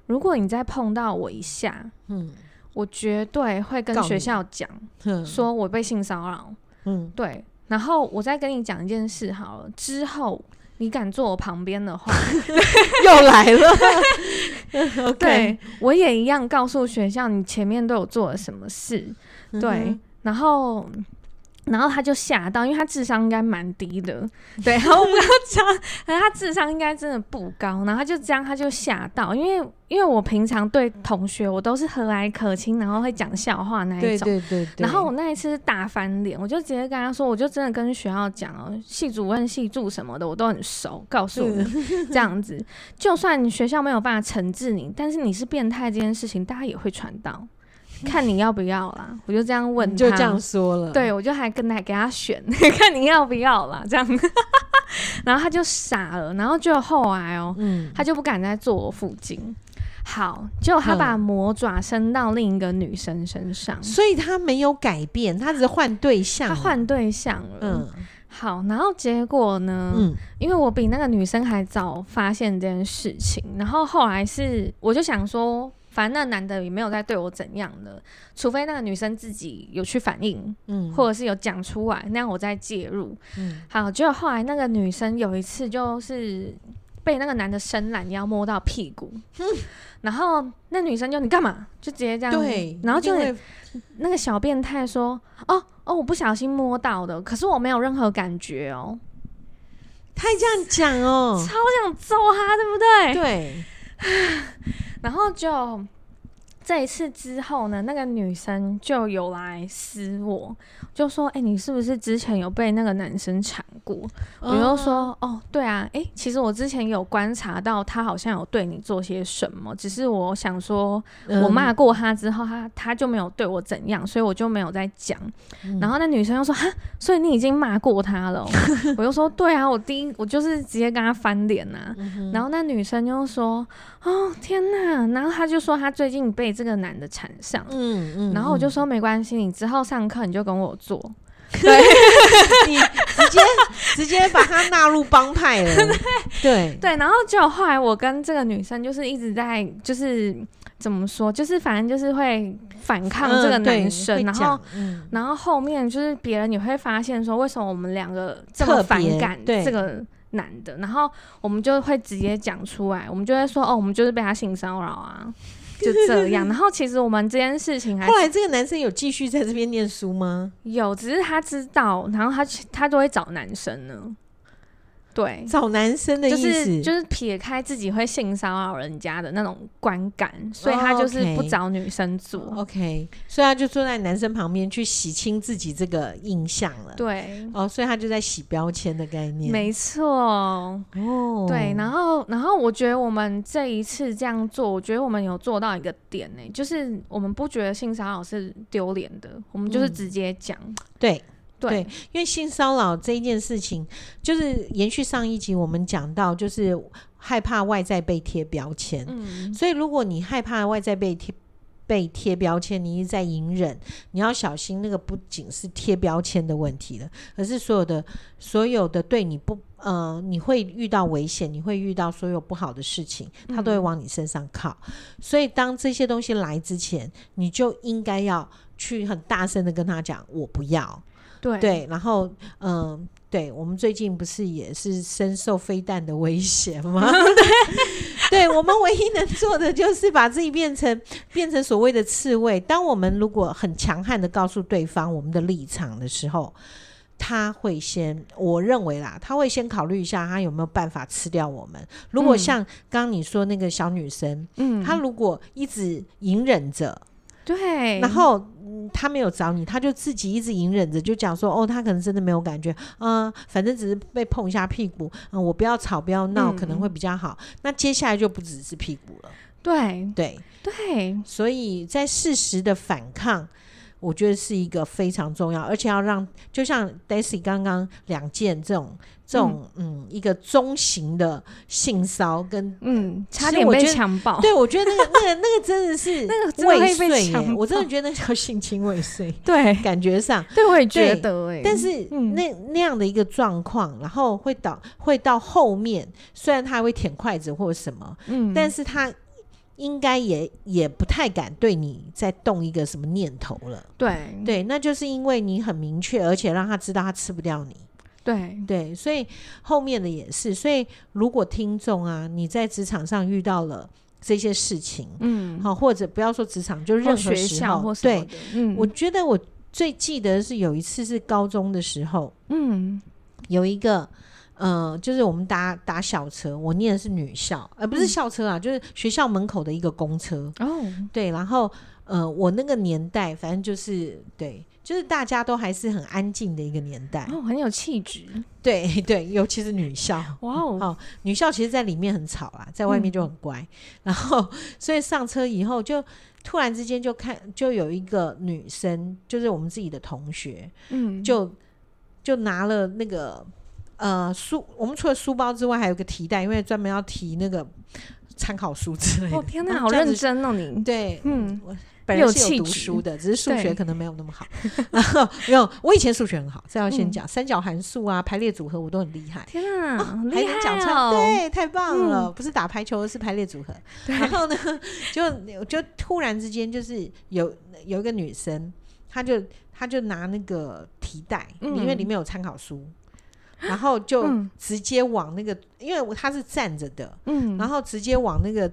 [SPEAKER 1] 如果你再碰到我一下，
[SPEAKER 2] 嗯
[SPEAKER 1] 我绝对会跟
[SPEAKER 2] 告你嗯
[SPEAKER 1] 学校讲，
[SPEAKER 2] 哼
[SPEAKER 1] 说我被性骚扰。
[SPEAKER 2] 嗯，
[SPEAKER 1] 对，然后我再跟你讲一件事好了，之后你敢坐我旁边的话，
[SPEAKER 2] 又来了。OK，
[SPEAKER 1] 对我也一样告诉学校，你前面对我做了什么事。”
[SPEAKER 2] 嗯哼
[SPEAKER 1] 对，，然后。然后他就吓到，因为他智商应该蛮低的，对。然后我不要讲，然后他智商应该真的不高。然后他就这样，他就吓到，因为因为我平常对同学我都是和蔼可亲，然后会讲笑话那一种。
[SPEAKER 2] 对对对对。
[SPEAKER 1] 然后我那一次是大翻脸，我就直接跟他说，我就真的跟学校讲哦，系主任、系助什么的我都很熟，告诉你这样子，就算学校没有办法惩治你，但是你是变态这件事情，大家也会传到，看你要不要啦。我就这样问他，
[SPEAKER 2] 你就这样说了，
[SPEAKER 1] 对，我就还跟他给他选， 看你要不要啦，这样， 然后他就傻了，然后就后来哦，
[SPEAKER 2] 嗯，
[SPEAKER 1] 他就不敢再坐我附近。好，结果他把魔爪伸到另一个女生身上，
[SPEAKER 2] 所以他没有改变，他只是换对象，
[SPEAKER 1] 他，换对象了。
[SPEAKER 2] 嗯
[SPEAKER 1] 好，然后结果呢？
[SPEAKER 2] 嗯
[SPEAKER 1] 因为我比那个女生还早发现这件事情，然后后来是我就想说，反正那男的也没有在对我怎样的，除非那个女生自己有去反应，
[SPEAKER 2] 嗯，
[SPEAKER 1] 或者是有讲出来，那样我再介入。
[SPEAKER 2] 嗯
[SPEAKER 1] 好，结果后来那个女生有一次就是。被那个男的伸懒腰摸到屁股，然后那女生就你干嘛？就直接这样，
[SPEAKER 2] 对，
[SPEAKER 1] 然后就
[SPEAKER 2] 因
[SPEAKER 1] 很
[SPEAKER 2] 为
[SPEAKER 1] 那个小变态说：“哦哦，我不小心摸到的，可是我没有任何感觉哦。
[SPEAKER 2] 他还这样讲哦，
[SPEAKER 1] 超想揍他，对不 对？
[SPEAKER 2] 对，
[SPEAKER 1] 然后就这一次之后呢，那个女生就有来撕我，就说：“哎、你是不是之前有被那个男生缠过？”
[SPEAKER 2] 嗯
[SPEAKER 1] 我就说：“哦，对啊，哎、其实我之前有观察到他好像有对你做些什么，只是我想说，我
[SPEAKER 2] 嗯
[SPEAKER 1] 骂过他之后，他他就没有对我怎样，所以我就没有再讲。
[SPEAKER 2] 嗯
[SPEAKER 1] 然后那女生就说：“哈，所以你已经骂过他 了哦、我就说：“对啊，我第一我就是直接跟他翻脸呐、
[SPEAKER 2] 嗯
[SPEAKER 1] 然后那女生就说：“哦，天哪！”然后她就说她最近被这个男的缠上。
[SPEAKER 2] 嗯嗯，
[SPEAKER 1] 然后我就
[SPEAKER 2] 嗯
[SPEAKER 1] 说没关系，你之后上课你就跟我做，
[SPEAKER 2] 你直接直接把他纳入帮派了，对
[SPEAKER 1] 对，然后就后来我跟这个女生就是一直在就是怎么说，就是反正就是会反抗这个
[SPEAKER 2] 嗯对
[SPEAKER 1] 男生，
[SPEAKER 2] 会
[SPEAKER 1] 然后
[SPEAKER 2] 讲嗯
[SPEAKER 1] 然后后面就是别人也会发现说，为什么我们两个这么
[SPEAKER 2] 特别
[SPEAKER 1] 反感
[SPEAKER 2] 对
[SPEAKER 1] 这个男的，然后我们就会直接讲出来，我们就会说哦，我们就是被他性骚扰 啊，就这样。然后其实我们这件事情还
[SPEAKER 2] 后来这个男生有继续在这边念书吗？
[SPEAKER 1] 有，只是他知道，然后他去他都会找男生呢。对，
[SPEAKER 2] 找男生的意
[SPEAKER 1] 就
[SPEAKER 2] 思，
[SPEAKER 1] 是就是撇开自己会性骚扰人家的那种观感，所以他就是不
[SPEAKER 2] 哦 OK 哦
[SPEAKER 1] 找女生做。
[SPEAKER 2] OK，所以他就坐在男生旁边去洗清自己这个印象了。
[SPEAKER 1] 对，
[SPEAKER 2] 哦，所以他就在洗标签的概念。
[SPEAKER 1] 没错。
[SPEAKER 2] 哦，
[SPEAKER 1] 对，然后，然后我觉得我们这一次这样做，我觉得我们有做到一个点呢、就是我们不觉得性骚扰是丢脸的，我们就是
[SPEAKER 2] 嗯
[SPEAKER 1] 直接讲。
[SPEAKER 2] 对，
[SPEAKER 1] 对，
[SPEAKER 2] 因为性骚扰这一件事情，就是延续上一集我们讲到，就是害怕外在被贴标签。
[SPEAKER 1] 嗯，
[SPEAKER 2] 所以如果你害怕外在被贴被贴标签，你一直在隐忍，你要小心，那个不仅是贴标签的问题了，而是所有的所有的对你不呃，你会遇到危险，你会遇到所有不好的事情，它都会
[SPEAKER 1] 嗯
[SPEAKER 2] 往你身上靠。所以当这些东西来之前，你就应该要去很大声的跟他讲，我不要。
[SPEAKER 1] 对，
[SPEAKER 2] 对，然后嗯、对我们最近不是也是深受飞弹的威胁 吗？对，我们唯一能做的就是把自己变成变成所谓的刺猬。当我们如果很强悍的告诉对方我们的立场的时候，他会先，我认为啦，他会先考虑一下他有没有办法吃掉我们。如果
[SPEAKER 1] 嗯
[SPEAKER 2] 像刚刚你说那个小女生，
[SPEAKER 1] 嗯，
[SPEAKER 2] 她如果一直隐忍着，
[SPEAKER 1] 对，
[SPEAKER 2] 然后、嗯他没有找你，他就自己一直隐忍着，就讲说哦，他可能真的没有感觉，嗯、反正只是被碰一下屁股，嗯、我不要吵，不要闹，可能
[SPEAKER 1] 嗯
[SPEAKER 2] 会比较好。那接下来就不只是屁股了，
[SPEAKER 1] 对
[SPEAKER 2] 对，
[SPEAKER 1] 对，
[SPEAKER 2] 所以在适时的反抗。我觉得是一个非常重要，而且要让就像 Daisy 刚刚两件这种这种嗯一个中型的性骚跟
[SPEAKER 1] 嗯，差
[SPEAKER 2] 其实
[SPEAKER 1] 点
[SPEAKER 2] 我
[SPEAKER 1] 被
[SPEAKER 2] 觉得
[SPEAKER 1] 强暴。
[SPEAKER 2] 对我觉得那个那个那个真的
[SPEAKER 1] 哦
[SPEAKER 2] 是
[SPEAKER 1] 那个真的
[SPEAKER 2] 未
[SPEAKER 1] 会被
[SPEAKER 2] 遂耶
[SPEAKER 1] 强，
[SPEAKER 2] 我真的
[SPEAKER 1] 暴
[SPEAKER 2] 觉得那叫性侵未遂，
[SPEAKER 1] 对
[SPEAKER 2] 感觉上，
[SPEAKER 1] 对，我也觉
[SPEAKER 2] 对
[SPEAKER 1] 得哎、
[SPEAKER 2] 但是
[SPEAKER 1] 嗯
[SPEAKER 2] 那、那样的一个状况，然后会导会到后面，虽然他会舔筷子或什么，
[SPEAKER 1] 嗯，
[SPEAKER 2] 但是他应该也也不太敢对你再动一个什么念头了。
[SPEAKER 1] 对
[SPEAKER 2] 对，那就是因为你很明确，而且让他知道他吃不掉你。
[SPEAKER 1] 对
[SPEAKER 2] 对，所以后面的也是。所以如果听众啊，你在职场上遇到了这些事情，
[SPEAKER 1] 嗯，
[SPEAKER 2] 好、或者不要说职场，就
[SPEAKER 1] 或
[SPEAKER 2] 任何
[SPEAKER 1] 学
[SPEAKER 2] 时
[SPEAKER 1] 校
[SPEAKER 2] 候，
[SPEAKER 1] 或什么
[SPEAKER 2] 对，
[SPEAKER 1] 的，嗯，
[SPEAKER 2] 我觉得我最记得是有一次是高中的时候，
[SPEAKER 1] 嗯
[SPEAKER 2] 有一个，呃，就是我们打打小车，我念的是女校，呃，不是
[SPEAKER 1] 嗯
[SPEAKER 2] 校车啊，就是学校门口的一个公车。
[SPEAKER 1] 哦，
[SPEAKER 2] 对，然后呃，我那个年代，反正就是对，就是大家都还是很安静的一个年代。
[SPEAKER 1] 哦，很有气质，
[SPEAKER 2] 对 对，尤其是女校，
[SPEAKER 1] 哇哦，
[SPEAKER 2] 好女校其实在里面很吵啦，在外面就很乖。
[SPEAKER 1] 嗯
[SPEAKER 2] 然后，所以上车以后就突然之间就看，就有一个女生，就是我们自己的同学，
[SPEAKER 1] 嗯，
[SPEAKER 2] 就就拿了那个呃书，我们除了书包之外，还有个提袋，因为专门要提那个参考书之类的。
[SPEAKER 1] 哦天
[SPEAKER 2] 然
[SPEAKER 1] 哪，
[SPEAKER 2] 后
[SPEAKER 1] 好
[SPEAKER 2] 这样
[SPEAKER 1] 认
[SPEAKER 2] 子
[SPEAKER 1] 真哦你，
[SPEAKER 2] 对，
[SPEAKER 1] 嗯，
[SPEAKER 2] 本人
[SPEAKER 1] 有
[SPEAKER 2] 是
[SPEAKER 1] 气
[SPEAKER 2] 有读
[SPEAKER 1] 质
[SPEAKER 2] 书的，只是数学
[SPEAKER 1] 对
[SPEAKER 2] 可能没有那么好。 然后没有，我以前数学很好，这要
[SPEAKER 1] 嗯
[SPEAKER 2] 先讲、三角函数啊、排列组合，我都很厉害。
[SPEAKER 1] 天啊，好
[SPEAKER 2] 哦还
[SPEAKER 1] 厉
[SPEAKER 2] 能讲出
[SPEAKER 1] 害
[SPEAKER 2] 来，
[SPEAKER 1] 哦！
[SPEAKER 2] 对，太棒了！不是打排球，是排列组合。然后呢，就就突然之间，就是有有一个女生，她就她就拿那个提袋，
[SPEAKER 1] 嗯
[SPEAKER 2] 因为里面有参考书，然后就
[SPEAKER 1] 嗯
[SPEAKER 2] 直接往那个，因为我她是站着的，
[SPEAKER 1] 嗯，
[SPEAKER 2] 然后直接往那个。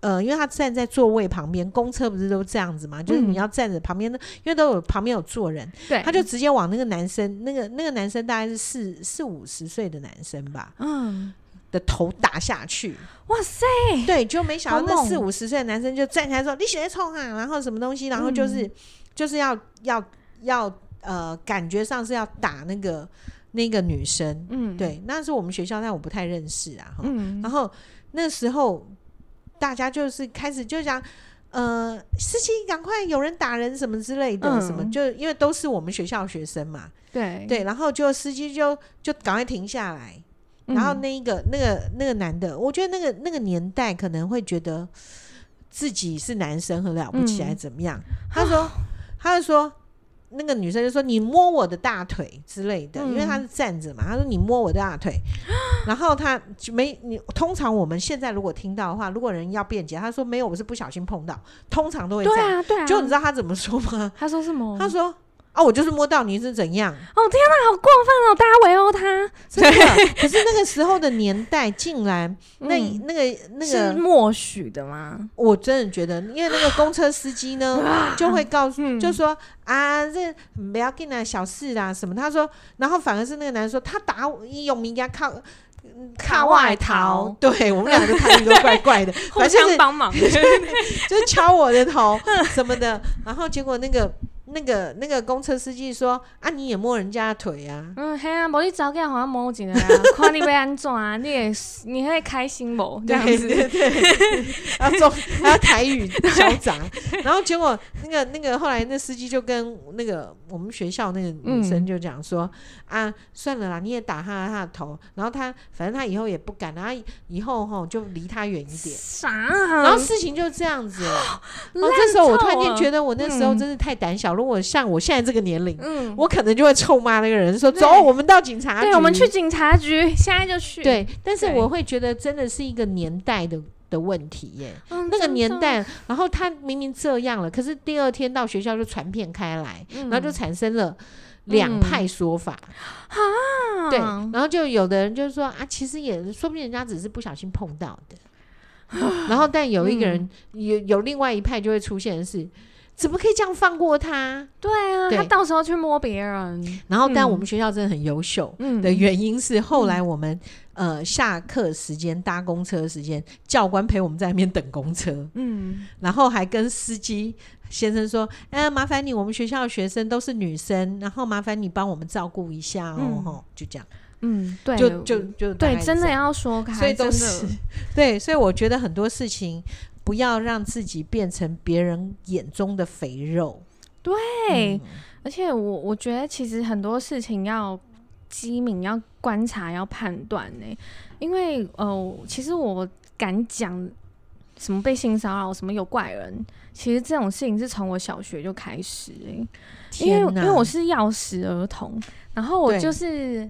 [SPEAKER 2] 呃，因为她站在座位旁边，公车不是都这样子嘛？就是
[SPEAKER 1] 嗯
[SPEAKER 2] 你要站着旁边，的，因为都有旁边有坐人，
[SPEAKER 1] 对，
[SPEAKER 2] 她就直接往那个男生，那个那个男生大概是四四五十岁的男生吧，
[SPEAKER 1] 嗯，
[SPEAKER 2] 的头打下去，
[SPEAKER 1] 哇塞，
[SPEAKER 2] 对，就没想到
[SPEAKER 1] 哎好
[SPEAKER 2] 那
[SPEAKER 1] 猛
[SPEAKER 2] 四五十岁的男生就站起来说：“你写在冲啊！”然后什么东西，然后就是、
[SPEAKER 1] 嗯
[SPEAKER 2] 就是要要要呃，感觉上是要打那个那个女生。
[SPEAKER 1] 嗯，，
[SPEAKER 2] 对，那是我们学校，但我不太认识啊。哈、
[SPEAKER 1] 嗯，
[SPEAKER 2] 然后那时候大家就是开始就讲。呃，司机，赶快有人打人什么之类的，
[SPEAKER 1] 嗯
[SPEAKER 2] 什么就因为都是我们学校的学生嘛，
[SPEAKER 1] 对
[SPEAKER 2] 对，然后就司机就就赶快停下来，然后
[SPEAKER 1] 嗯
[SPEAKER 2] 那一个那个那个男的，我觉得那个那个年代可能会觉得自己是男生很了不起，
[SPEAKER 1] 嗯
[SPEAKER 2] 还是怎么样？他说，他就说，那个女生就说你摸我的大腿之类的，因为他
[SPEAKER 1] 嗯
[SPEAKER 2] 是站着嘛，他说你摸我的 大腿，然后他就没你通常我们现在如果听到的话，如果人要辩解，他说没有，我是不小心碰到，通常都会这
[SPEAKER 1] 对
[SPEAKER 2] 样。
[SPEAKER 1] 啊，对啊，哦
[SPEAKER 2] 就你知道他怎么说吗？
[SPEAKER 1] 他说什么？
[SPEAKER 2] 他说啊，我就是摸到你是怎样？
[SPEAKER 1] 哦天哪，好过分哦！大家围殴他，
[SPEAKER 2] 真的。可是那个时候的年代，竟然那、
[SPEAKER 1] 嗯
[SPEAKER 2] 那个那
[SPEAKER 1] 是
[SPEAKER 2] 个，
[SPEAKER 1] 默许的吗？
[SPEAKER 2] 我真的觉得，因为那个公车司机呢，就会告诉，
[SPEAKER 1] 嗯
[SPEAKER 2] 就说啊，这不要跟啊小事啦什么。他说，然后反而是那个男人说，他打我，他用名家靠
[SPEAKER 1] 靠外逃。
[SPEAKER 2] 对我们两个看语都怪怪的，
[SPEAKER 1] 互
[SPEAKER 2] 反正就是
[SPEAKER 1] 相嗯帮 忙，
[SPEAKER 2] 就是敲我 的头什么的，然后结果那个那个那个公车司机说啊，你也摸人家的腿啊，
[SPEAKER 1] 嗯，嘿啊，无你早间好像摸一个 啊，看你要安怎啊，你也你会开心无？这样
[SPEAKER 2] 对
[SPEAKER 1] 子，
[SPEAKER 2] 对对， 然后中然后台语敲砸，然后结果那个那个后来那司机就跟那个我们学校那个女生
[SPEAKER 1] 嗯
[SPEAKER 2] 就讲说、啊，算了啦，你也打他他的头，然后他反正他以后也不敢，然后他以后吼就离他远一点。
[SPEAKER 1] 啥？
[SPEAKER 2] 然
[SPEAKER 1] 然
[SPEAKER 2] 后事情就这样子了，然后哦这时候我突
[SPEAKER 1] 啊
[SPEAKER 2] 然间觉得我那时候
[SPEAKER 1] 嗯
[SPEAKER 2] 真是太胆小。如果像我现在这个年龄，
[SPEAKER 1] 嗯，
[SPEAKER 2] 我可能就会臭骂那个人说：“
[SPEAKER 1] 对
[SPEAKER 2] 走，我们到警察局。”
[SPEAKER 1] 对，我们去。警察局，现在就去。
[SPEAKER 2] 对，但是
[SPEAKER 1] 对
[SPEAKER 2] 我会觉得真的是一个年代的的问题耶。
[SPEAKER 1] 嗯，
[SPEAKER 2] 那个
[SPEAKER 1] 真的
[SPEAKER 2] 年，代，然后他明明这样了，可是第二天到学校就传遍开来，
[SPEAKER 1] 然
[SPEAKER 2] 然后就产生了。两派说法，
[SPEAKER 1] 嗯
[SPEAKER 2] 对，然后就有的人就说啊，其实也说不定人家只是不小心碰到 的，然后但有一个人、
[SPEAKER 1] 嗯
[SPEAKER 2] 有有另外一派就会出现的是，怎么可以这样放过他？
[SPEAKER 1] 对啊，
[SPEAKER 2] 对
[SPEAKER 1] 他到时候去摸别人，
[SPEAKER 2] 然后但
[SPEAKER 1] 嗯
[SPEAKER 2] 我们学校真的很优秀，
[SPEAKER 1] 嗯
[SPEAKER 2] 的原因是后来我们、呃下课时间搭公车时间，教官陪我们在那边等公车，
[SPEAKER 1] 嗯，
[SPEAKER 2] 然后还跟司机先生说：“哎、麻烦你，我们学校的学生都是女生，然后麻烦你帮我们照顾一下哦。
[SPEAKER 1] 嗯
[SPEAKER 2] 吼就这样，
[SPEAKER 1] 嗯，对，
[SPEAKER 2] 就就就大概
[SPEAKER 1] 对，
[SPEAKER 2] 是
[SPEAKER 1] 真
[SPEAKER 2] 这
[SPEAKER 1] 的
[SPEAKER 2] 样，
[SPEAKER 1] 要说开，
[SPEAKER 2] 所以都
[SPEAKER 1] 真
[SPEAKER 2] 是
[SPEAKER 1] 的
[SPEAKER 2] 对，所以我觉得很多事情不要让自己变成别人眼中的肥肉。
[SPEAKER 1] 对。
[SPEAKER 2] 嗯
[SPEAKER 1] 而且我我觉得其实很多事情要机敏、要观察、要判断呢、因为呃，其实我敢讲什么被性骚扰、什么有怪人，其实这种事情是从我小学就开始、欸，因为
[SPEAKER 2] 天哪
[SPEAKER 1] 因为我是钥匙儿童，然后我
[SPEAKER 2] 对
[SPEAKER 1] 就是。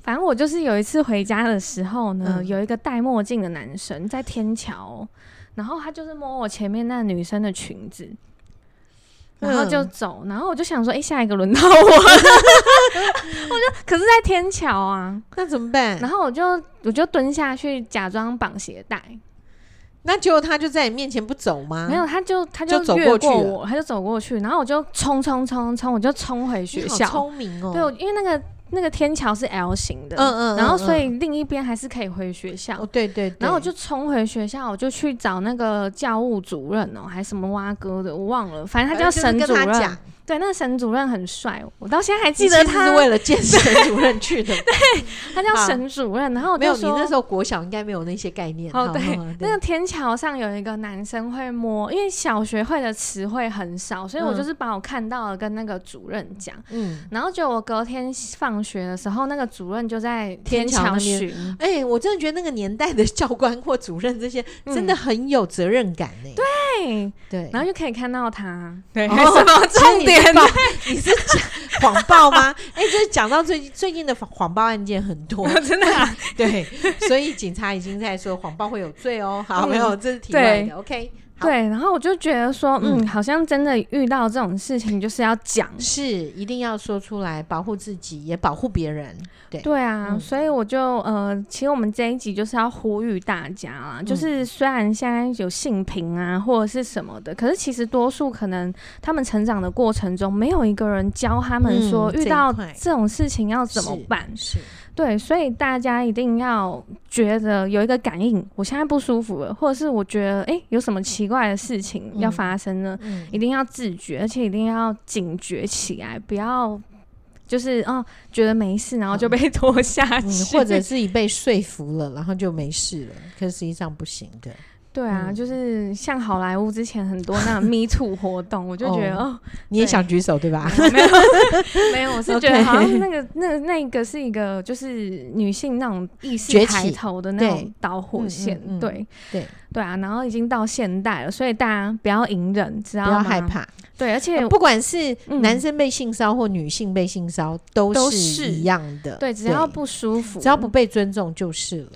[SPEAKER 1] 反正我就是有一次回家的时候呢，
[SPEAKER 2] 嗯
[SPEAKER 1] 有一个戴墨镜的男生在天桥，然后他就是摸我前面那女生的裙子，然后就
[SPEAKER 2] 嗯
[SPEAKER 1] 走，然后我就想说，哎、下一个轮到 我，我就可是在天桥啊，
[SPEAKER 2] 那怎么办？
[SPEAKER 1] 然后我就我就蹲下去假装绑鞋带，
[SPEAKER 2] 那结果他就在你面前不走吗？
[SPEAKER 1] 没有，他就他
[SPEAKER 2] 嗯就走
[SPEAKER 1] 越过
[SPEAKER 2] 过去了
[SPEAKER 1] 我，他就走过去，然后我就冲冲冲冲，我就冲回
[SPEAKER 2] 你
[SPEAKER 1] 学
[SPEAKER 2] 好
[SPEAKER 1] 校，
[SPEAKER 2] 聪明哦。
[SPEAKER 1] 对，我因为那个那个天桥是 L 型的，
[SPEAKER 2] 嗯嗯嗯
[SPEAKER 1] 然后所
[SPEAKER 2] 嗯
[SPEAKER 1] 以另一边还是可以回学校，
[SPEAKER 2] 哦，对对对，
[SPEAKER 1] 然后我就冲回学校，我就去找那个教务主任哦、还什么蛙哥的，我忘了，反正他叫
[SPEAKER 2] 神
[SPEAKER 1] 沈主任。
[SPEAKER 2] 讲，
[SPEAKER 1] 对，那个沈主任很帅，我到现在还
[SPEAKER 2] 记
[SPEAKER 1] 记
[SPEAKER 2] 得
[SPEAKER 1] 得
[SPEAKER 2] 他
[SPEAKER 1] 他
[SPEAKER 2] 是，为了见沈主任去的。
[SPEAKER 1] 他叫
[SPEAKER 2] 好
[SPEAKER 1] 沈主任。然后我
[SPEAKER 2] 没有，
[SPEAKER 1] 就
[SPEAKER 2] 你
[SPEAKER 1] 说，
[SPEAKER 2] 那时候国小应该没有那些概念。
[SPEAKER 1] 哦
[SPEAKER 2] 好
[SPEAKER 1] 对
[SPEAKER 2] 好好
[SPEAKER 1] 那个天桥上有一个男生会摸，因为小学会的词汇很少，所以我
[SPEAKER 2] 嗯
[SPEAKER 1] 就是把我看到的跟那个主任讲。
[SPEAKER 2] 嗯，
[SPEAKER 1] 然后就我隔天放学的时候，那个主任就在
[SPEAKER 2] 天桥
[SPEAKER 1] 桥
[SPEAKER 2] 那边
[SPEAKER 1] 巡，
[SPEAKER 2] 哎、我真的觉得那个年代的教官或主任这些
[SPEAKER 1] 嗯
[SPEAKER 2] 真的很有责任感呢、
[SPEAKER 1] 对，
[SPEAKER 2] 对
[SPEAKER 1] 然后就可以看到 他。对
[SPEAKER 2] 哦
[SPEAKER 1] 什么重点？
[SPEAKER 2] 那你是讲谎报吗？ 哎、这讲到最最近的谎谎报案件很 多，
[SPEAKER 1] 真的啊、
[SPEAKER 2] 对，所以警察已经在说谎报会有 罪哦。好，
[SPEAKER 1] 嗯
[SPEAKER 2] 没有，这是题外
[SPEAKER 1] 对
[SPEAKER 2] 的。OK，好
[SPEAKER 1] 对，然后我就觉得说，嗯，
[SPEAKER 2] 嗯
[SPEAKER 1] 好像真的遇到这种事情就是要讲。
[SPEAKER 2] 是一定要说出来，保护自己，也保护别人。对
[SPEAKER 1] 对啊，
[SPEAKER 2] 嗯
[SPEAKER 1] 所以我就呃，其实我们这一集就是要呼吁大家啦，
[SPEAKER 2] 嗯
[SPEAKER 1] 就是虽然现在有性平啊或者是什么的，可是其实多数可能他们成长的过程中，没有一个人教他们说
[SPEAKER 2] 嗯
[SPEAKER 1] 遇到
[SPEAKER 2] 这一块
[SPEAKER 1] 这种事情要怎么
[SPEAKER 2] 是
[SPEAKER 1] 办。
[SPEAKER 2] 是，
[SPEAKER 1] 对，所以大家一定要觉得有一个感应，我现在不舒服了，或者是我觉得诶、有什么奇怪的事情要
[SPEAKER 2] 嗯
[SPEAKER 1] 发生了，
[SPEAKER 2] 嗯
[SPEAKER 1] 一定要自觉，而且一定要警觉起来，不要就是哦觉得没事，然后就被 拖下去，
[SPEAKER 2] 嗯，或者自己被说服了，然后就没事了。可实际上不行的，
[SPEAKER 1] 对啊，
[SPEAKER 2] 嗯
[SPEAKER 1] 就是像好莱坞之前很多那种 Me Too 活动，我就觉得哦
[SPEAKER 2] 你也
[SPEAKER 1] 对嗯
[SPEAKER 2] 想举手对 吧？
[SPEAKER 1] 没有 没有，我是觉
[SPEAKER 2] OK
[SPEAKER 1] 得好像那个那那个是一个就是女性那种意识
[SPEAKER 2] 崛
[SPEAKER 1] 抬
[SPEAKER 2] 起
[SPEAKER 1] 头的那
[SPEAKER 2] 对
[SPEAKER 1] 种导火线，
[SPEAKER 2] 嗯嗯嗯
[SPEAKER 1] 对
[SPEAKER 2] 对，
[SPEAKER 1] 对啊，然后已经到现代了，所以大家不要隐忍，知
[SPEAKER 2] 不
[SPEAKER 1] 道
[SPEAKER 2] 要
[SPEAKER 1] 吗？
[SPEAKER 2] 害，怕，呃啊
[SPEAKER 1] 对，而且
[SPEAKER 2] 不管是
[SPEAKER 1] 嗯
[SPEAKER 2] 男生被性骚或女性被性骚，都
[SPEAKER 1] 都
[SPEAKER 2] 是
[SPEAKER 1] 是
[SPEAKER 2] 一样的。
[SPEAKER 1] 对只要不舒服，
[SPEAKER 2] 只要不被尊重就是了。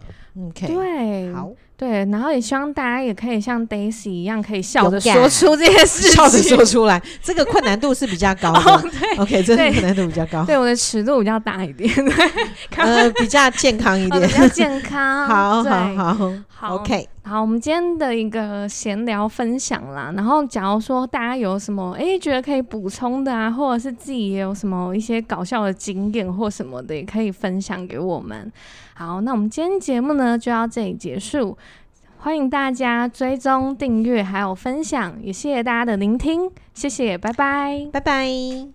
[SPEAKER 2] OK，
[SPEAKER 1] 对，
[SPEAKER 2] 好，
[SPEAKER 1] 对，然后也希望大家也可以像 Daisy 一样，可以笑着
[SPEAKER 2] 勇敢
[SPEAKER 1] 说出这些事情，
[SPEAKER 2] 笑着说出来，这个困难度是比较 高
[SPEAKER 1] 哦
[SPEAKER 2] 的。，OK，这个
[SPEAKER 1] 对
[SPEAKER 2] 困难度比较高，
[SPEAKER 1] 对，我的尺度比较大一点，
[SPEAKER 2] 呃，比较健康一
[SPEAKER 1] 哦
[SPEAKER 2] 点
[SPEAKER 1] 比。较健康。
[SPEAKER 2] 好
[SPEAKER 1] 对
[SPEAKER 2] 好好
[SPEAKER 1] 好
[SPEAKER 2] o k
[SPEAKER 1] 好，我们今天的一个闲聊分享啦。然后，假如说大家有什么诶觉得可以补充的啊，或者是自己也有什么一些搞笑的经验或什么的，也可以分享给我们。好，那我们今天节目呢就到这里结束。欢迎大家追踪、订阅还有分享，也谢谢大家的聆听，谢谢，拜拜。
[SPEAKER 2] 拜拜。